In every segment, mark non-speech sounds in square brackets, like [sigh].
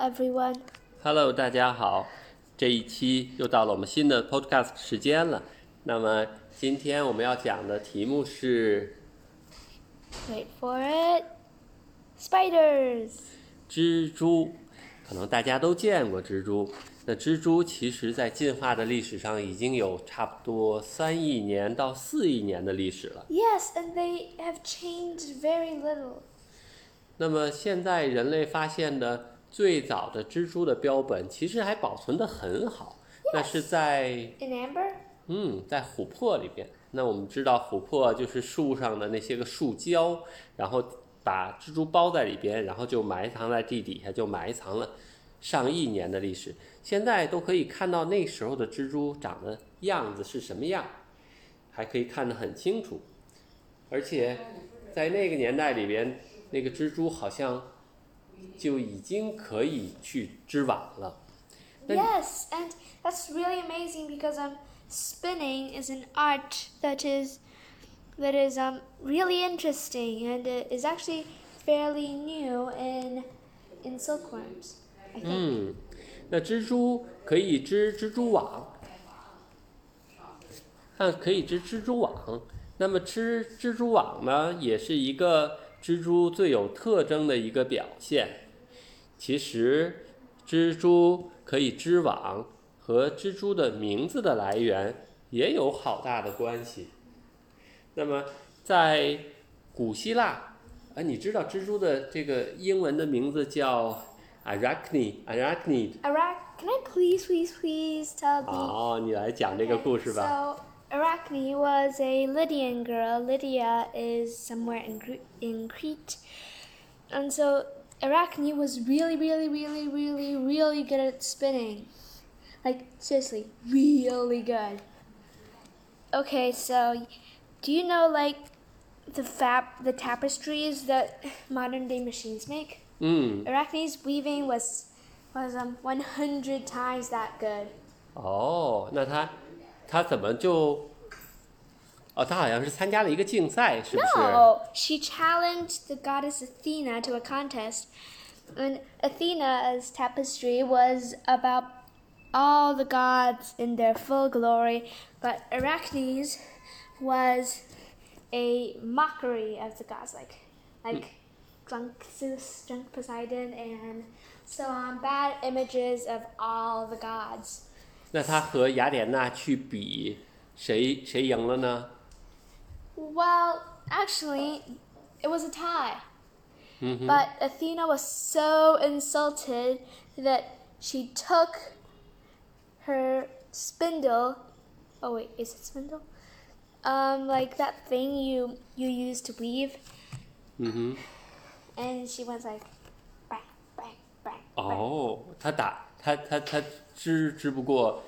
everyone. Hello，大家好，这一期又到了我们新的 Podcast 时间了。那么今天我们要讲的题目是 Wait for it. Spiders. 蜘蛛，可能大家都见过蜘蛛。那蜘蛛其实在进化的历史上已经有差不多三亿年到四亿年的历史了。 Yes, and they have changed very little. 那么现在人类发现的最早的蜘蛛的标本，其实还保存得很好。那是在 In amber? 嗯，在琥珀里边。那我们知道，琥珀就是树上的那些个树胶，然后把蜘蛛包在里边，然后就埋藏在地底下，就埋藏了上亿年的历史。现在都可以看到那时候的蜘蛛长的样子是什么样，还可以看得很清楚。而且在那个年代里边，那个蜘蛛好像就已经可以去织网了。Then- Yes, and that's really amazing because um spinning is an art that is that is um really interesting and it is actually fairly new in in silkworms. I think. 嗯，那蜘蛛可以织蜘蛛网，那可以织蜘蛛网。那么织蜘蛛网呢，也是一个蜘蛛最有特征的一个表现。其实，蜘蛛可以织网和蜘蛛的名字的来源也有好大的关系。那么，在古希腊，哎，你知道蜘蛛的这个英文的名字叫 arachne，arachne Arach can I please please please tell the 好，哦你来讲这个故事吧。 So Arachne was a Lydian girl. Lydia is somewhere in Gre- in Crete, and so Arachne was really, really, really, really, really good at spinning. Like seriously, really good. Okay, so do you know like the fab the tapestries that modern day machines make? 嗯， Arachne's weaving was was um 100 times that good. 哦，那他他怎么就？哦，他好像是参加了一个竞赛，是不是？ No, she challenged the goddess Athena to a contest, and Athena's tapestry was about all the gods in their full glory, but Arachne's was a mockery of the gods, like like drunk Zeus, drunk Poseidon, and so on. Bad images of all the gods. 那他和雅典娜去比，谁谁赢了呢？ Well, actually, it was a tie. Mhm. But Athena was so insulted that she took her spindle. Oh wait, is it spindle? Um, like that thing you you use to weave, 嗯哼， and she was like, bang, bang, bang. bang. 哦，他打他他他支支不过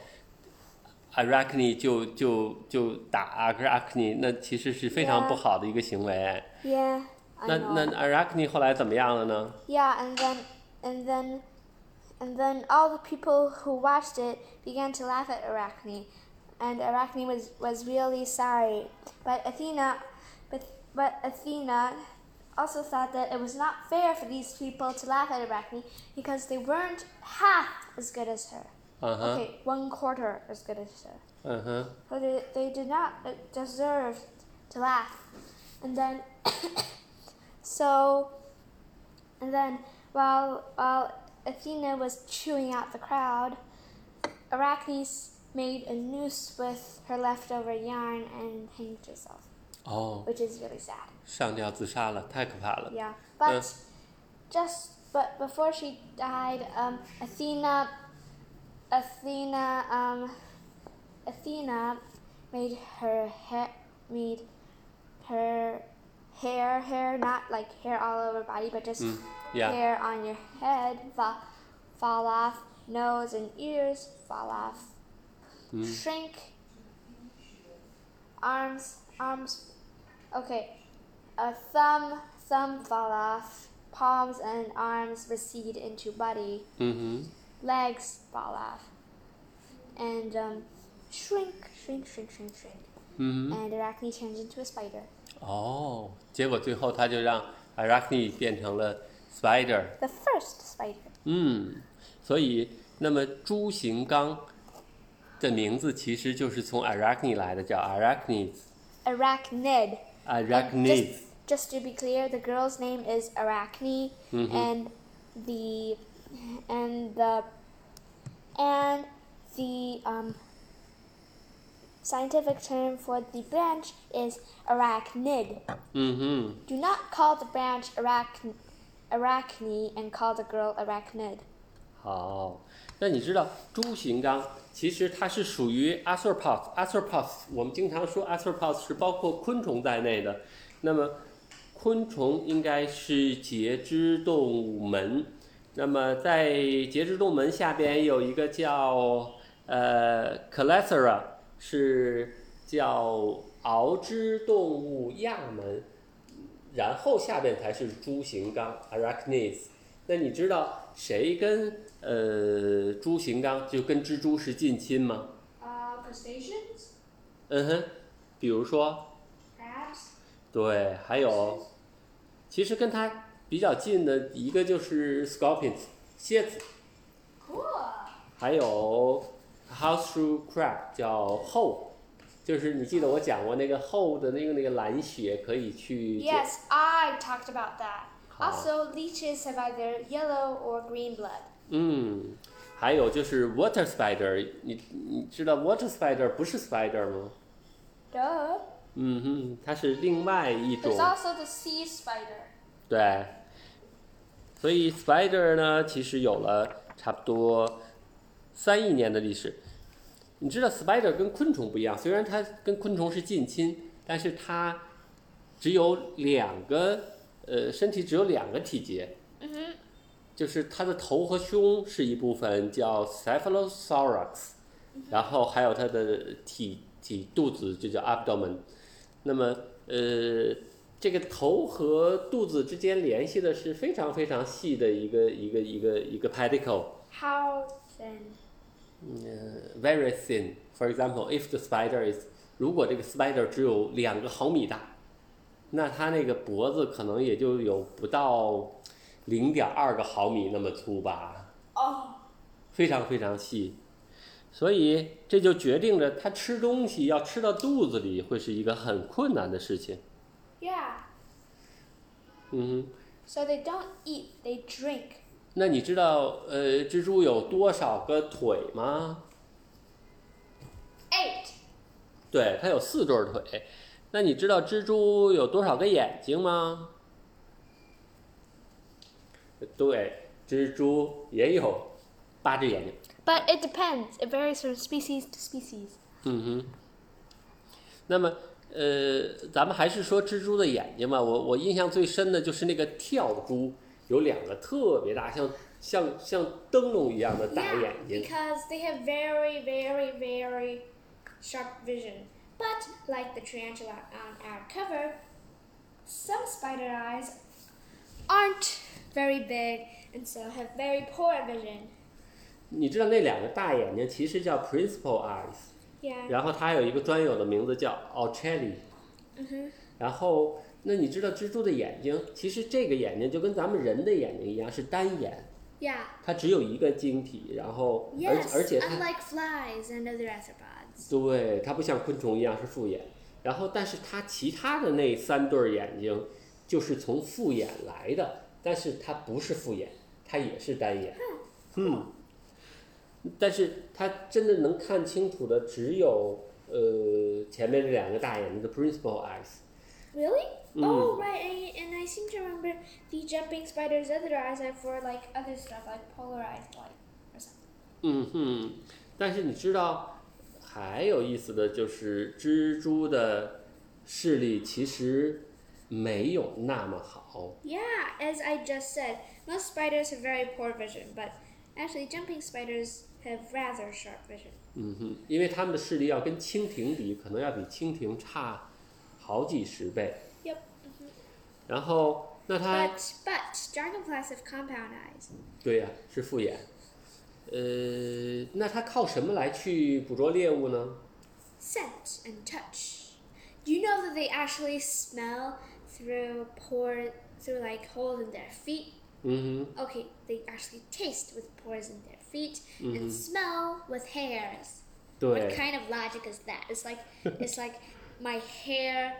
Arachne 就就就打 Arachne，那其实是非常 Yeah 不好的一个行为。 Yeah. I 那 know. 那 Arachne 后来怎么样了呢？ Yeah, and then and then and then all the people who watched it began to laugh at Arachne, and Arachne was was really sorry. But Athena, but but Athena also thought that it was not fair for these people to laugh at Arachne because they weren't half as good as her. 嗯哼 Okay, one quarter as good as her. 嗯哼。 So they, they did not deserve to laugh. And then, [coughs] so, and then while, while Athena was chewing out the crowd, Arachnes made a noose with her leftover yarn and hanged herself, 哦， which is really sad. 上吊自杀了，太可怕了。 Yeah, but Uh. just but before she died, um, Athena, Athena, um, Athena made her hair made her hair hair not like hair all over body, but just yeah. hair on your head fall fall off, nose and ears fall off, shrink, arms arms, okay, a thumb thumb fall off, palms and arms recede into body, 嗯 legs fall off, and um, shrink shrink shrink shrink shrink, 哼，嗯 and Arachne turns into a spider. 哼，哦，结果最后他就让 Arachne 变成了 spider。 the first spider. 嗯，所以那么猪形纲的名字其实就是从 arachne 来的，叫 arachnids。 Arachnid. arachnids。 Just to be clear, the girl's name is Arachne, and the and the and the um, scientific term for the branch is arachnid. 嗯哼， Do not call the branch arachn arachne and call the girl arachnid. 好。那你知道猪形纲其实它是属于 arthropods。arthropods 我们经常说 arthropods 是包括昆虫在内的。那么昆虫应该是节肢动物门。那么在节肢动物门下边有一个叫呃 c a l a t h e r a 是叫螯肢动物亚门，然后下边才是猪形纲 arachnids。那你知道谁跟呃猪形纲就跟蜘蛛是近亲吗？ Uh, crustaceans, 嗯哼，比如说 crabs. 对，还有，其实跟它比较近的一个就是 scorpions 蝎子， Cool. 还有 house shoe crab 叫后，就是你记得我讲过那个后的那个那个蓝血可以去解 Yes, I talked about that. Ah. Also, leeches have either yellow or green blood. 嗯，还有就是 water spider，你你知道 water spider 不是 spider 吗？ Duh. 嗯哼，它是另外一种 There's also the sea spider. 对，所以 Spider 呢，其实有了差不多三亿年的历史。你知道 Spider 跟昆虫不一样，虽然它跟昆虫是近亲，但是它只有两个呃身体只有两个体节，就是它的头和胸是一部分叫 Cephalothorax，然后还有它的体体肚子就叫 abdomen。那么呃，这个头和肚子之间联系的是非常非常细的一个一个一个一个 pedicle， How thin? 呃 very thin。For example, if the spider is，如果这个 spider 只有两个毫米大，那它那个脖子可能也就有不到零点二个毫米那么粗吧， Oh. 非常非常细。所以这就决定着它吃东西要吃到肚子里会是一个很困难的事情。 Yeah. 嗯哼。 So they don't eat, they drink. 那你知道呃蜘蛛有多少个腿吗？ Eight. 对，它有四对儿腿。那你知道蜘蛛有多少个眼睛吗？对，蜘蛛也有八只眼睛。 But it depends. It varies from species to species. 嗯哼。那么呃，咱们还是说蜘蛛的眼睛吧。我我印象最深的就是那个跳蛛，有两个特别大，像像像灯笼一样的大眼睛。 because they have very, very, very sharp vision. But like the tarantula on our cover, some spider eyes aren't very big and so have very poor vision. 你知道那两个大眼睛其实叫 principal eyes， Yeah. 然后它有一个专有的名字叫 o c e l l i 然后，那你知道蜘蛛的眼睛，其实这个眼睛就跟咱们人的眼睛一样，是单眼， Yeah. 它只有一个晶体，然后而 Yes, 而且它 unlike flies and other arthropods. 对它不像昆虫一样是复眼，然后但是它其他的那三对儿眼睛就是从复眼来的，但是它不是复眼，它也是单眼。嗯，但是它真的能看清楚的只有呃前面这两个大眼睛的 principal eyes。 Really? Oh, right. I, and I seem to remember the jumping spider's other eyes are for like other stuff, like polarized light or something. 嗯哼，但是你知道，还有意思的就是蜘蛛的视力其实没有那么好。 Yeah, as I just said, most spiders have very poor vision, but actually, jumping spiders have rather sharp vision. 嗯哼，因为他们的视力要跟蜻蜓比，可能要比蜻蜓差好几十倍。 Yep. 然后，那它 But but dragonflies have compound eyes. 对呀、是复眼。呃，那它靠什么来去捕捉猎物呢？ Scent and touch. Do you know that they actually smell through pore through like holes in their feet? Mm-hmm. Okay, they actually taste with pores in their feet and smell with hairs. What 对 kind of logic is that? It's like it's like my hair.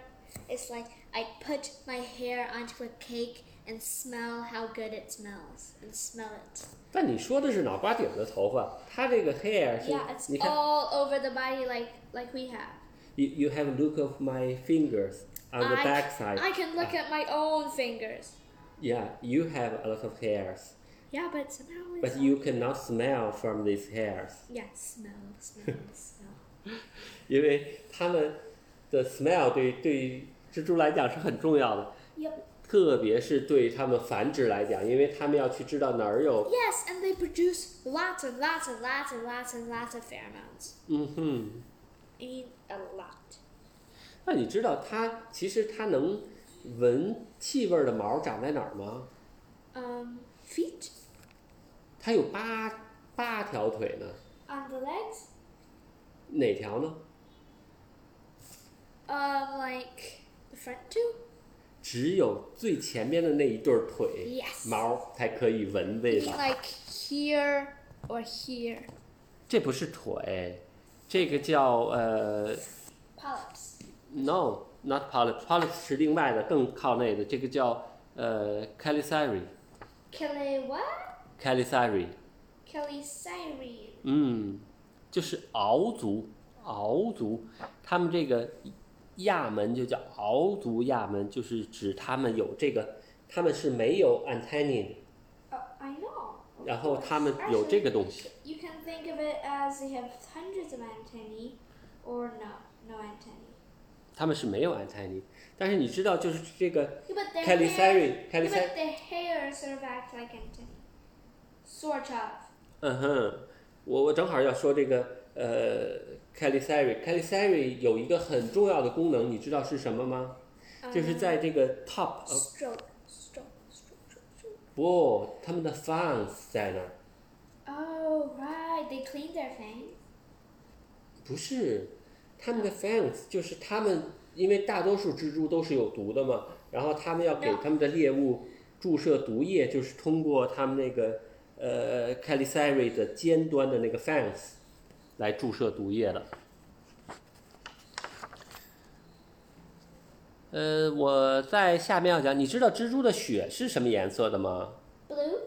It's like I put my hair onto a cake and smell how good it smells and smell it. 但你说的是脑瓜顶的头发，它这个 hair 是 Yeah, it's 你看 all over the body like like we have. you you have a look of my fingers on the I- back side. Uh-huh. I can look at my own fingers. Yeah, you have a lot of hairs, Yeah, but somehow it's but all- you cannot smell from these hairs， yeah smell smell [laughs] smell. 因为它们的 smell 对对蜘蛛来讲是很重要的， Yep. 特别是对它们繁殖来讲，因为它们要去知道哪儿有 Yes, and they produce lots and lots and lots and lots and lots of pheromones. 嗯哼。 I mean, a lot. 那你知道它其实它能闻气味儿的毛长在哪儿吗？ Um, feet 它有八八条腿呢， on the legs. 哪条呢？ Um, like the front two. 只有最前边的那一对儿腿 Yes. 毛才可以闻 I 味 mean, 道， like here or here. 这不是腿，这个叫呃 Polyps. no not polyp，polyp 是另外的，更靠内的，这个叫呃 calicari，calicari， Kelly what? Kelly Cyrene. 嗯，就是鳌足，鳌足，他们这个亚门就叫鳌足亚门，就是指他们有这个，他们是没有 antennae，的 Oh, I know. of 然后 course. 他们有这 Actually, 个东西。 You can think of it as they have hundreds of antennae, or no, no antennae. 他们是没有 antennae，但是你知道，就是这个 Yeah, but their hair, calicari yeah, calicari， but their hair sort of acts like antennae. Sort of. 嗯哼，我我正好要说这个呃 calicari，calicari 有一个很重要的功能，你知道是什么吗？就是在这个 top，呃 Stroke, stroke, stroke, stroke, stroke. 不，他们的 fans 在那儿。 Oh, right. They clean their fangs. 不是，他们的 fans 就是他们，因为大多数蜘蛛都是有毒的嘛，然后他们要给 No. 他们的猎物注射毒液，就是通过他们那个呃 calicari 的尖端的那个 fans 来注射毒液的。呃，我在下面要讲，你知道蜘蛛的血是什么颜色的吗？ Blue?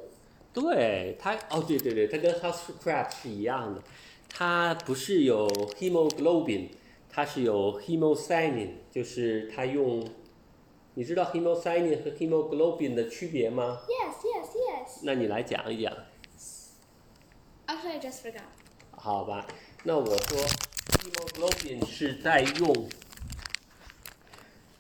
对它，哦，对对对，它跟 house crab 是一样的，它不是有 hemoglobin，它是有 hemocyanin，就是它用，你知道 hemocyanin 和 hemoglobin 的区别吗？ Yes, yes, yes. 那你来讲一讲， Actually, I just forgot. 好吧？那我说 hemoglobin 是在用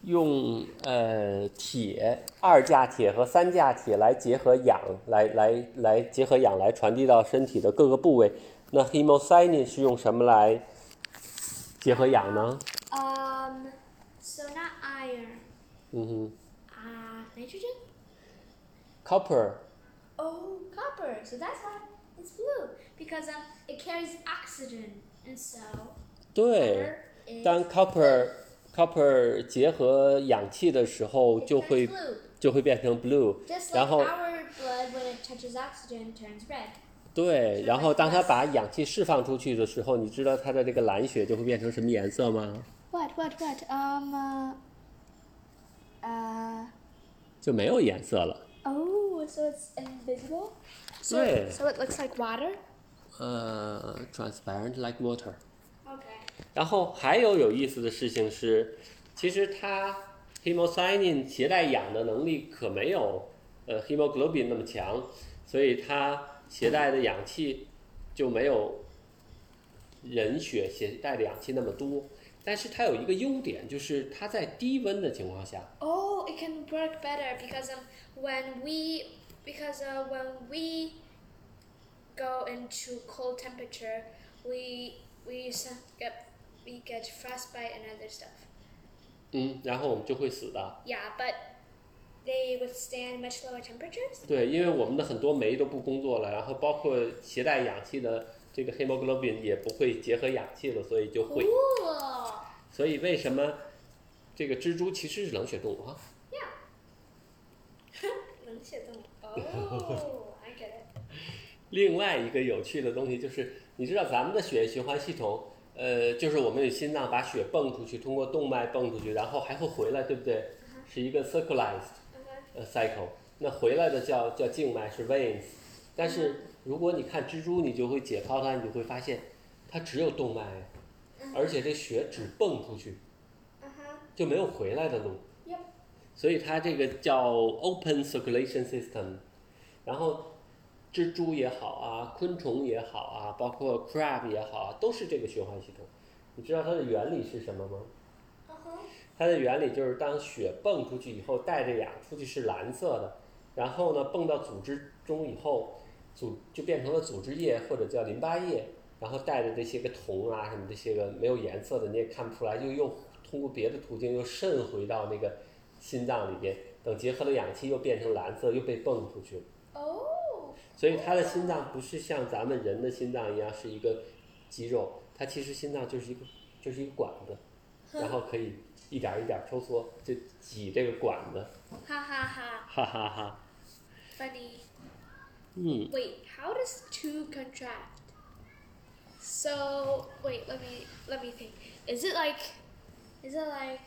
用呃铁二价铁和三价铁来结合氧，来来来结合氧来传递到身体的各个部位。那 hemocyanin 是用什么来结合氧呢？ Um, so not iron. 嗯哼 Uh, nitrogen? ，copper Oh, copper. So that's why it's blue. Because um, it carries oxygen. And so, 对 copper，is 当 copper copper 结合氧气的时候， it 就 turns 会 blue. 就会变成 blue， Just 然 like 后 our blood, when it touches oxygen, turns red. 对，然后 like 当它 glass 把氧气释放出去的时候，你知道它的这个蓝血就会变成什么颜色吗？ What, what, what? Um, uh, uh, 就没有颜色了。 oh, so it's invisible? So, Yeah. so it looks like water? 呃，transparent like water。 Okay. 然后还有有意思的事情是，其实它 hemocyanin 携带氧的能力可没有呃 hemoglobin 那么强，所以它携带的氧气就没有人血携带的氧气那么多。但是它有一个优点，就是它在低温的情况下， Oh, it can work better because um, when we because uh, when we go into cold temperature, we we s- get we get frostbite and other stuff. 嗯，然后我们就会死的。 Yeah, but they withstand much lower temperatures. 对，因为我们的很多酶都不工作了，然后包括携带氧气的这个 hemoglobin 也不会结合氧气了，所以就会。 Cool. 所以为什么这个蜘蛛其实是冷血动物啊？ Yeah. 冷血动物。哦、 Oh, I get it. 另外一个有趣的东西就是，你知道咱们的血液循环系统，呃，就是我们的心脏把血泵出去，通过动脉泵出去，然后还会回来，对不对？是一个 circularized Okay. 呃 cycle。那回来的叫叫静脉是 veins，但是如果你看蜘蛛，你就会解剖它，你就会发现它只有动脉，而且这血只泵出去， Uh huh. 就没有回来的路。 Yep. 所以它这个叫 open circulation system。然后蜘蛛也好啊，昆虫也好啊，包括 crab 也好啊，都是这个循环系统。你知道它的原理是什么吗？ Uh huh. 它的原理就是当血泵出去以后，带着氧出去是蓝色的，然后呢泵到组织中以后，组就变成了组织液或者叫淋巴液，然后带着这些个铜啊什么这些个没有颜色的你也看不出来，又又通过别的途径又渗回到那个心脏里边，等结合了氧气又变成蓝色，又被泵出去了。 Oh. 所以它的心脏不是像咱们人的心脏一样是一个肌肉，它其实心脏就是一个就是一个管子，然后可以一点儿一点儿收缩，就挤这个管子， Ha ha ha. 哈哈哈。 Funny. 嗯， Wait, how does two contract? So wait, let me let me think. Is it like, is it like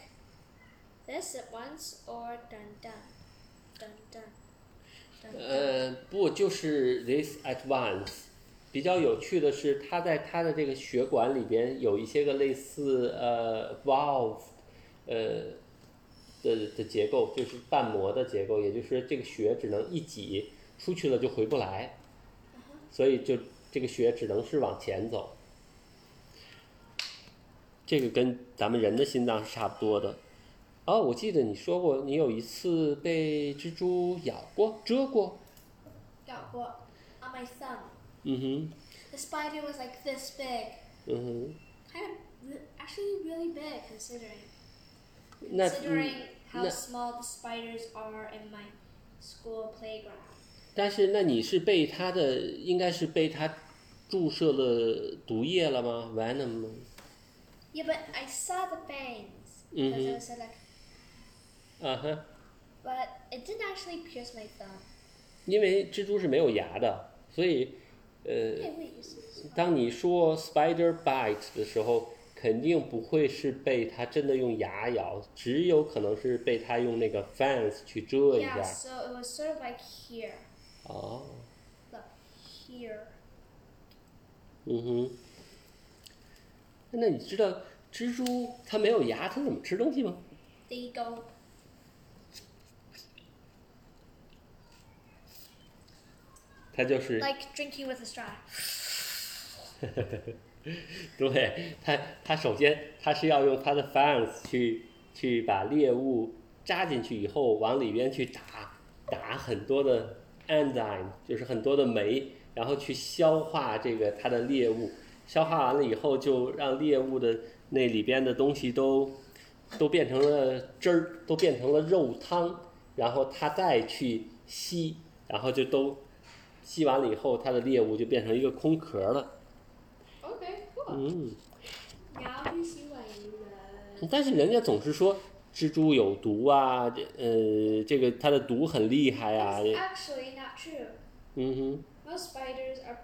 this at once or dun dun dun dun dun? dun. 呃，不，就是 this at once。比较有趣的是，它在它的这个血管里边有一些个类似呃 valve，呃的的结构，就是瓣膜的结构，也就是这个血只能一挤出去了就回不来，所以就这个血只能是往前走。这个跟咱们人的心脏是差不多的。哦，我记得你说过，你有一次被蜘蛛咬过、蛰过。 Got what? On my thumb. 嗯哼， The spider was like this big. 嗯哼， Kind of, re- actually, really big considering. 那 considering 嗯 how no. small the spiders are in my school playground. 但是那你是被它的，应该是被它注射了毒液了吗？venom 吗？ Yeah, but I saw the fangs because Mhm. I was so like, 啊哈， but it didn't actually pierce my thumb. 因为蜘蛛是没有牙的，所以 Okay, wait, you see. 当你说 spider bite 的时候，肯定不会是被它真的用牙咬，只有可能是被它用那个 fans 去蛰一 Yeah, 下。 so it was sort of like here, 哦， look here. 嗯哼，那你知道蜘蛛它没有牙，它怎么吃东西吗？ They go. 它就是。 Like drinking with a straw. 对它，它首先它是要用它的 fans 去去把猎物扎进去以后，往里边去打打很多的 enzyme，就是很多的酶，然后去消化这个它的猎物。消化完了以后，就让猎物的那里边的东西都都变成了汁儿，都变成了肉汤，然后它再去吸，然后就都吸完了以后，它的猎物就变成一个空壳了。 Okay, cool. 嗯。 Now you see why you uh, love. 但是人家总是说蜘蛛有毒啊，这呃，这个它的毒很厉害啊， That's actually not true. 嗯哼， Most spiders are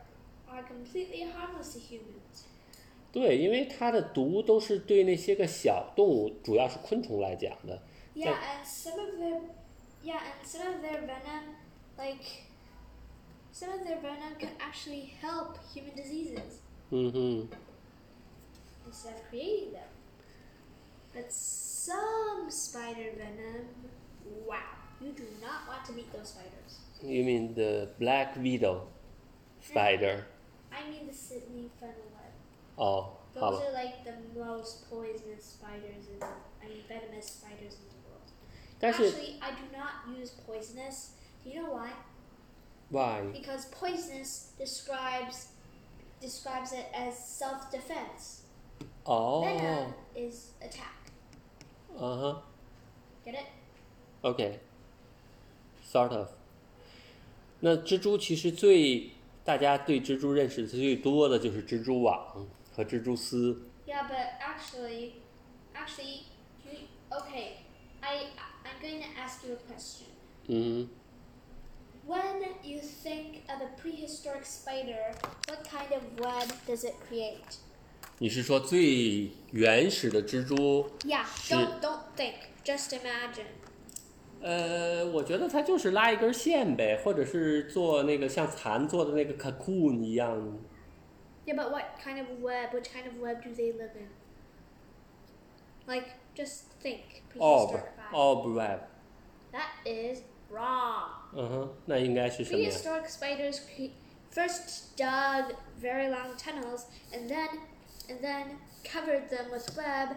are completely harmless to humans. 对，因为它的毒都是对那些个小动物，主要是昆虫来讲的， Yeah, and some of their yeah, and some of their venom, like some of their venom can actually help human diseases 嗯哼， instead of creating them. But some spider venom, wow, you do not want to meet those spiders. You mean the black widow spider？ I mean the Sydney funnel web. 哦，好 Those 了， are like the most poisonous spiders in I mean venomous spiders in the world. 但是 Actually, I do not use poisonous. Do you know why? why？ because poisonous describes describes it as self defense. 哦 Oh. Venom，is attack. 啊哈 Get it? ，OK，sort of。那蜘蛛其实最大家对蜘蛛认识最多的就是蜘蛛网和蜘蛛丝。 Yeah, but actually, actually, you, okay. I I'm going to ask you a question. 嗯， When you think of a prehistoric spider, what kind of web does it create? 你是说最原始的蜘蛛？ Yeah, Shit. don't don't think, just imagine. 呃，我觉得它就是拉一根线呗，或者是做那个像蚕做的那个 cocoon 一样。 Yeah, but what kind of web? Which kind of web do they live in? Like, just think. orb prehistoric vibe. orb web， That is wrong. 嗯哼，那应该是什么呀？ Prehistoric spiders cre- first dug very long tunnels and then and then covered them with web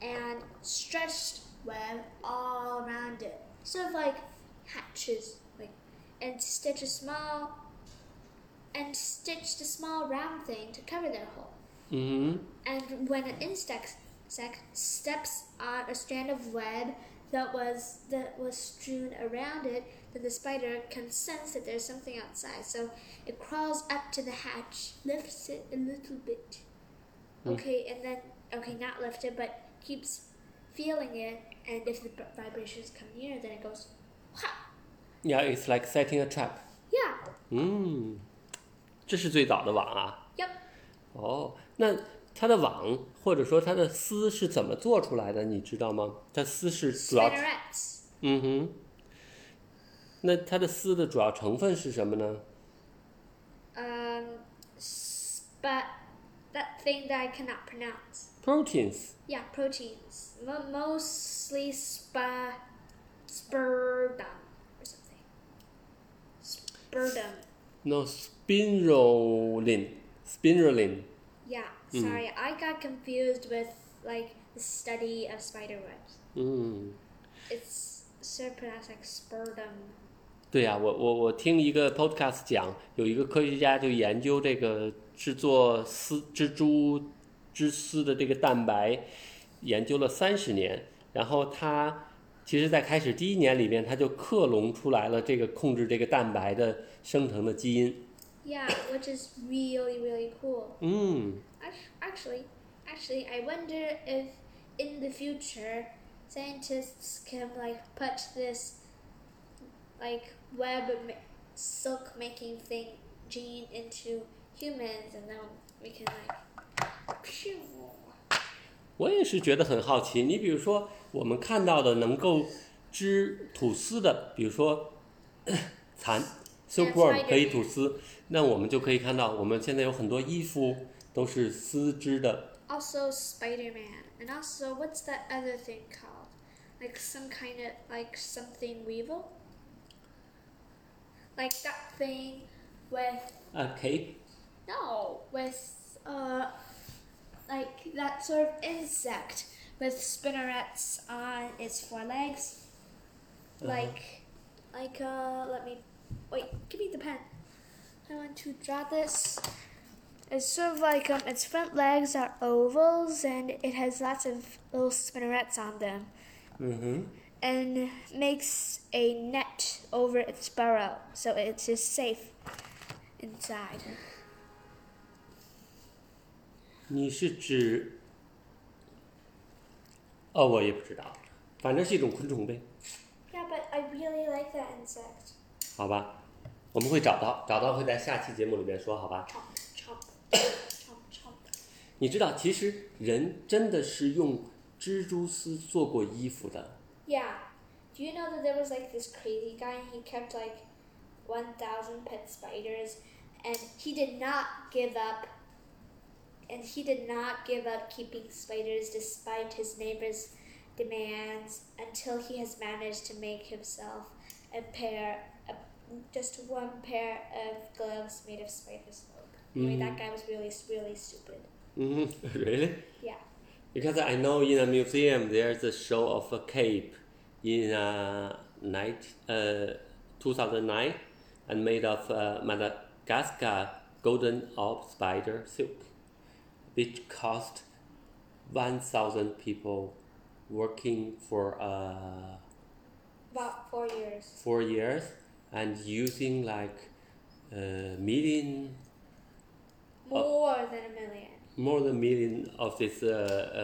and stretched web all around it, sort of like hatches, like and stitch a small and stitched a small round thing to cover their hole. 嗯 And when an insect sec- steps on a strand of web that was that was strewn around it, then the spider can sense that there's something outside. So it crawls up to the hatch, lifts it a little bit. Okay, and then okay, not lift it, but keeps feeling it. And if the b- vibrations come near, then it goes, ha, 哼，Yeah，it's like setting a trap。 yeah, 嗯，这是最早的网啊。 yep. 哦，那它的网或者说它的丝是怎么做出来的？你知道吗？它丝是主要， Spiderets. 嗯哼。那它的丝的主要成分是什么呢？ Um, but that thing that I cannot pronounce. proteins， Yeah, proteins. M- mostly spa, spurdum or something. Spurdum. no spirulin spirulin。 Yeah, sorry, I got confused with like the study of spider webs. 嗯， It's sort of pronounced like spurdum. 对呀、我我我听一个 podcast 讲，有一个科学家就研究这个制作丝蜘蛛织丝的这个蛋白，研究了三十年，然后他其实在开始第一年里面，他就克隆出来了这个控制这个蛋白的生成的基因。 Yeah, which is really really cool. 嗯， Act- Actually, actually, I wonder if in the future scientists can like put this like web ma- silk making thing gene into humans, and then we can like. phew. 我也是觉得很好奇。你比如说，我们看到的能够织吐丝的，比如说 [clears throat] 蚕 spider silkworm 可以吐丝，那我们就可以看到，我们现在有很多衣服都是丝织的。 Also, Spider Man, and also what's that other thing called? Like some kind of like something weevil. Like that thing with A cape, No, with uh, like that sort of insect with spinnerets on its forelegs. Like, like uh, let me wait. Give me the pen. I want to draw this. It's sort of like um, its front legs are ovals and it has lots of little spinnerets on them, 嗯哼， and makes a net over its burrow, so it is safe inside. 你是指？哦，我也不知道，反正是一种昆虫呗， Yeah, but I really like that insect. 好吧？我们会找到，找到会在下期节目里面说，好吧？ Chomp, chomp, chomp, chomp. 你知道，其实人真的是用蜘蛛丝做过衣服的。 Yeah. Do you know that there was like this crazy guy and he kept like 1,000 pet spiders and he did not give up. And he did not give up keeping spiders despite his neighbors' demands until he has managed to make himself a pair, of just one pair of gloves made of spider silk. I mean, that guy was really, really stupid. 嗯，really? [laughs] Yeah. Because I know in a museum there's a show of a cape in a night, uh, 2009, and made of uh, Madagascar golden orb spider silk, which cost 1,000 people working for uh, About four years. four years and using like a million More than a million. more than million of these uh,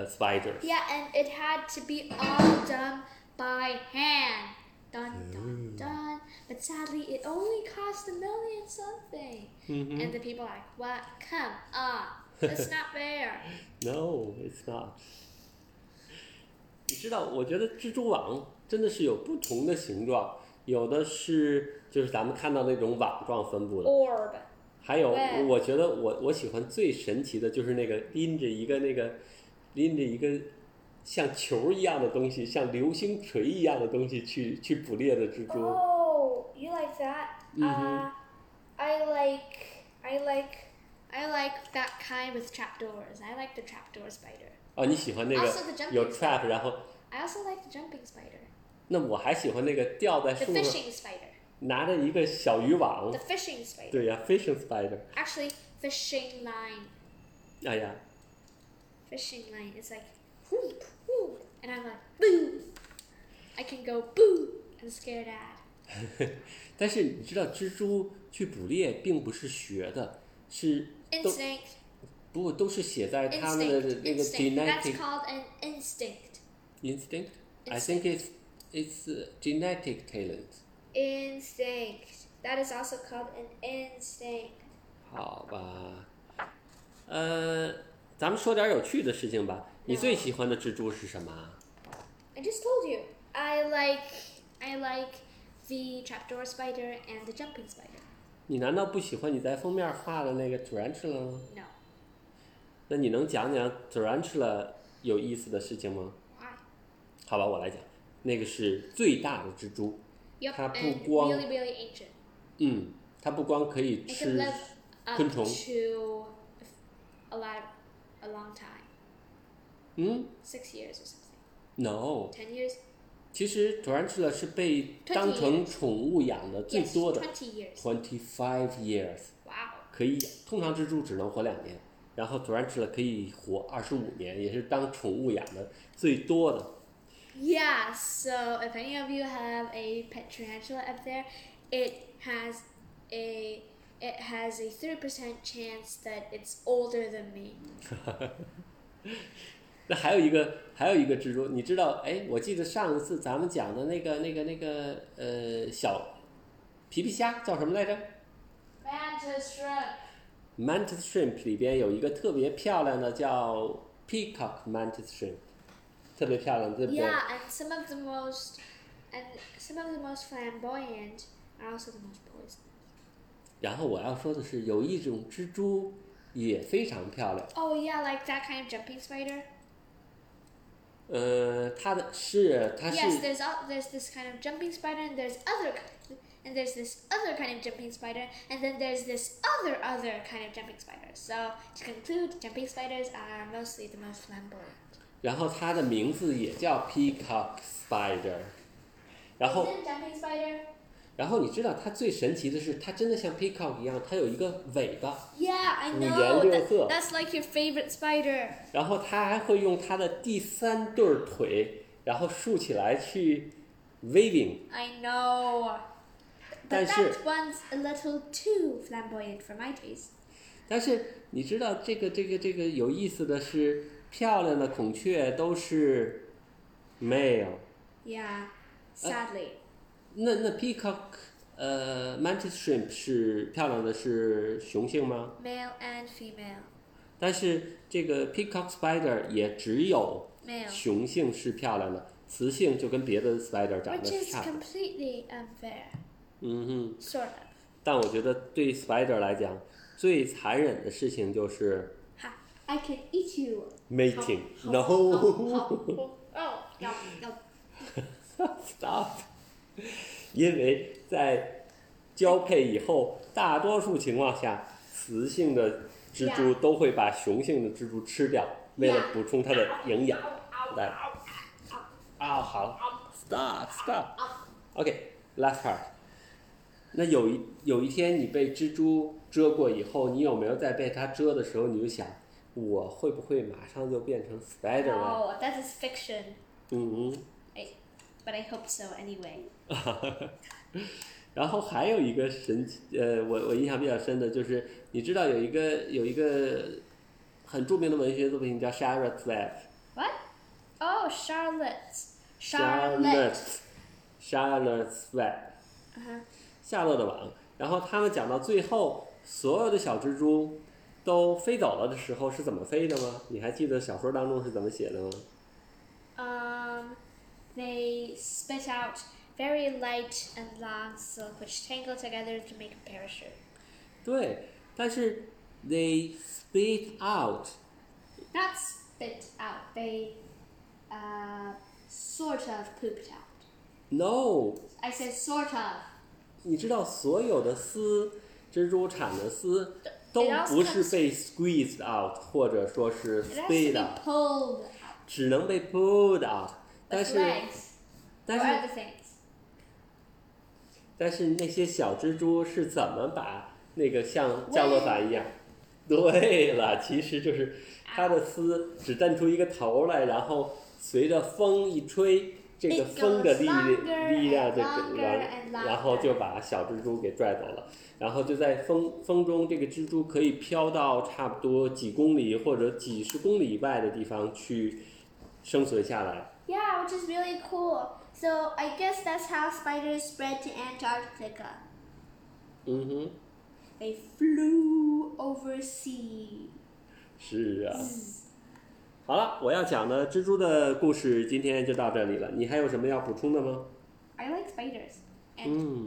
uh, spiders. Yeah, and it had to be all done by hand. dun dun dun. But sadly, it only cost a million something. And the people are like, "What? Come on, that's not fair." No, it's not. 你知道，我觉得蜘蛛网真的是有不同的形状，有的是就是咱们看到那种网状分布的， Orb. 还有对我觉得我我喜欢最神奇的就是那个拎着一个那个拎着一个像球一样的东西，像流星锤一样的东西去去捕猎的蜘蛛。 Oh, you like that? Uh, I like, I like, I like that kind with trapdoors. I like the trapdoor spider. 哦，你喜欢那个 Also the jumping 有 trap，然后 I also like the jumping spider, 那我还喜欢那个吊在 the 树上 fishing spider, 拿着一个小渔网 the，fishing spider. 对呀、f i s h i n g spider。 Actually, fishing line, 哎呀， fishing line. It's like, whoop, whoop, and I'm like, boo. I can go boo and scare dad. [laughs] 但是你知道，蜘蛛去捕猎并不是学的，是都 Instinct, 不都是写在他们 instinct, 的那个 instinct. That's genetic called an instinct. instinct. I think it's it's uh, genetic talent. Instinct. That is also called an instinct. 好吧，呃，咱们说点有趣的事情吧。你最喜欢的蜘蛛是什么啊？ I just told you. I like I like the trapdoor spider and the jumping spider. 你难道不喜欢你在封面画的那个 tarantula 吗？ No. 那你能讲讲 tarantula 有意思的事情吗？ Why? 好吧，我来讲，那个是最大的蜘蛛， Yep, 它 and 不光- really really ancient. 嗯，它不光可以 It can 吃 live up 昆虫， to a lot a long time. 嗯 Six years or something. ，no， Ten years? 其实 tarantula 是被当成宠物养的最 Yes, 多的 twenty years. ，twenty five years， Wow. 可以养。通常蜘蛛只能活两年，然后 tarantula 可以活二十五年，也是当宠物养的最多的。 Yeah, so if any of you have a pet tarantula up there, it has a it has a 3% chance that it's older than me. 那还有一个，还有一个蜘蛛，你知道？哎，我记得上一次咱们讲的那个、那个、那个，呃，小皮皮虾叫什么来着 Mantis shrimp. ？Mantis shrimp 里边有一个特别漂亮的叫 peacock mantis shrimp，特别漂亮，对不对 Yeah, and some of the most and some of the most flamboyant are also the most poisonous. 然后我要说的是，有一种蜘蛛也非常漂亮， Oh yeah, like that kind of jumping spider. 呃，它的是它 yes, 是 there's all, there's this kind of jumping spider, and there's other kind, and there's this other kind of jumping spider, and then there's this other other kind of jumping spider. So to conclude, jumping spiders are mostly the most flamboyant. 然后它的名字也叫 peacock spider，然后 Isn't jumping spider? 然后你知道它最神奇的是，它真的像 peacock 一样，它有一个尾巴，Oh, Yeah, I Mm, know. yeah, That- yeah. that's like your favorite spider. 然后它还会用它的第三对儿腿，然后竖起来去 waving， I know. But 但是 that one's a little too flamboyant for my taste. 但是你知道这个这个这个有意思的是，漂亮的孔雀都是 male。 Yeah, sadly. 那那 peacock 呃 mantis shrimp 是漂亮的是雄性吗？ male and female. 但是这个 peacock spider 也只有 Male. 雄性是漂亮的，雌性就跟别的 spider 长得 Which 是 is 差不多。 completely unfair. 嗯哼， Sort of. 但我觉得对 spider 来讲，最残忍的事情就是 Ha, I can eat you. mating。Oh, Ho, No， ho, ho, ho. Oh, no, no. [laughs] Stop！因为在交配以后，大多数情况下，雌性的蜘蛛 Yeah. 都会把雄性的蜘蛛吃掉，为了补充它的营养。Oh, 来，啊，好了，Stop！Stop！OK，last、part。那有一有一天你被蜘蛛蛰过以后，你有没有在被它蛰的时候，你就想，我会不会马上就变成 spider 了？ No, that is fiction. 嗯嗯。 I, but I hope so anyway. 然后还有一个神奇，呃，我我印象比较深的就是，你知道有一个有一个很著名的文学作品叫 Charlotte Web。 What? Oh, Charlotte. Charlotte. Charlotte Charlotte's Web，夏洛的网。然后他们讲到最后，所有的小蜘蛛都飞走了的时候是怎么飞的吗？你还记得小说当中是怎么写的吗？ Um, they spit out very light and long silk which tangle together to make a parachute. 对，但是 they spit out， Not spit out. They, uh, sort of pooped out. No， I said sort of. 你知道所有的丝，蜘蛛产的丝都 It also 不是 comes- 被 squeezed out，或者说是 It has to spit be out， pulled out. 只能被 pulled out。但 With 是 legs 但 or 是 other things. 但是那些小蜘蛛是怎么把那个像降落伞一样？对了，其实就是它的丝只蹬出一个头来，然后随着风一吹，这个 It 风的 goes 力 longer 力量 and 就 longer 然 and 然后 longer 就把小蜘蛛给拽走了，然后就在风风中，这个蜘蛛可以飘到差不多几公里或者几十公里以外的地方去生存下来。 Yeah, which is really cool. So I guess that's how spiders spread to Antarctica. 嗯哼， They flew over sea. 是啊。好了，我要讲的蜘蛛的故事今天就到这里了。你还有什么要补充的吗？ I like spiders. Hmm.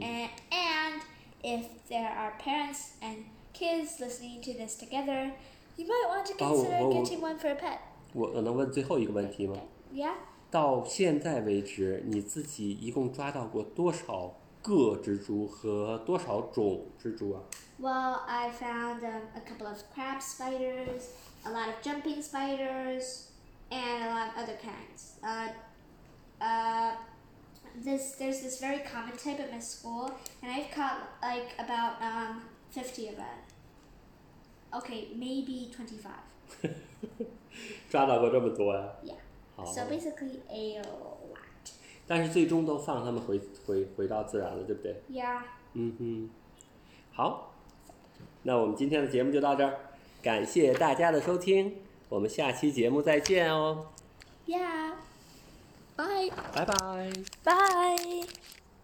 And, and and if there are parents and kids listening to this together, you might want to Oh, consider oh. getting one for a pet. 我我能问最后一个问题吗？ Yeah? 到现在为止，你自己一共抓到过多少个蜘蛛和多少种蜘蛛啊？ [laughs] Well, I found um, a couple of crab spiders, a lot of jumping spiders, and a lot of other kinds. Uh, uh, this there's this very common type at my school, and I've caught like about um, fifty of them. Okay, maybe twenty-five. 抓到过这么多呀、 Yeah. 好， So basically, a lot. 但是最终都放它们回回回到自然了，对不对？ Yeah. 嗯哼，好，那我们今天的节目就到这儿，感谢大家的收听，我们下期节目再见哦， Yeah. Bye. 拜拜。 Bye.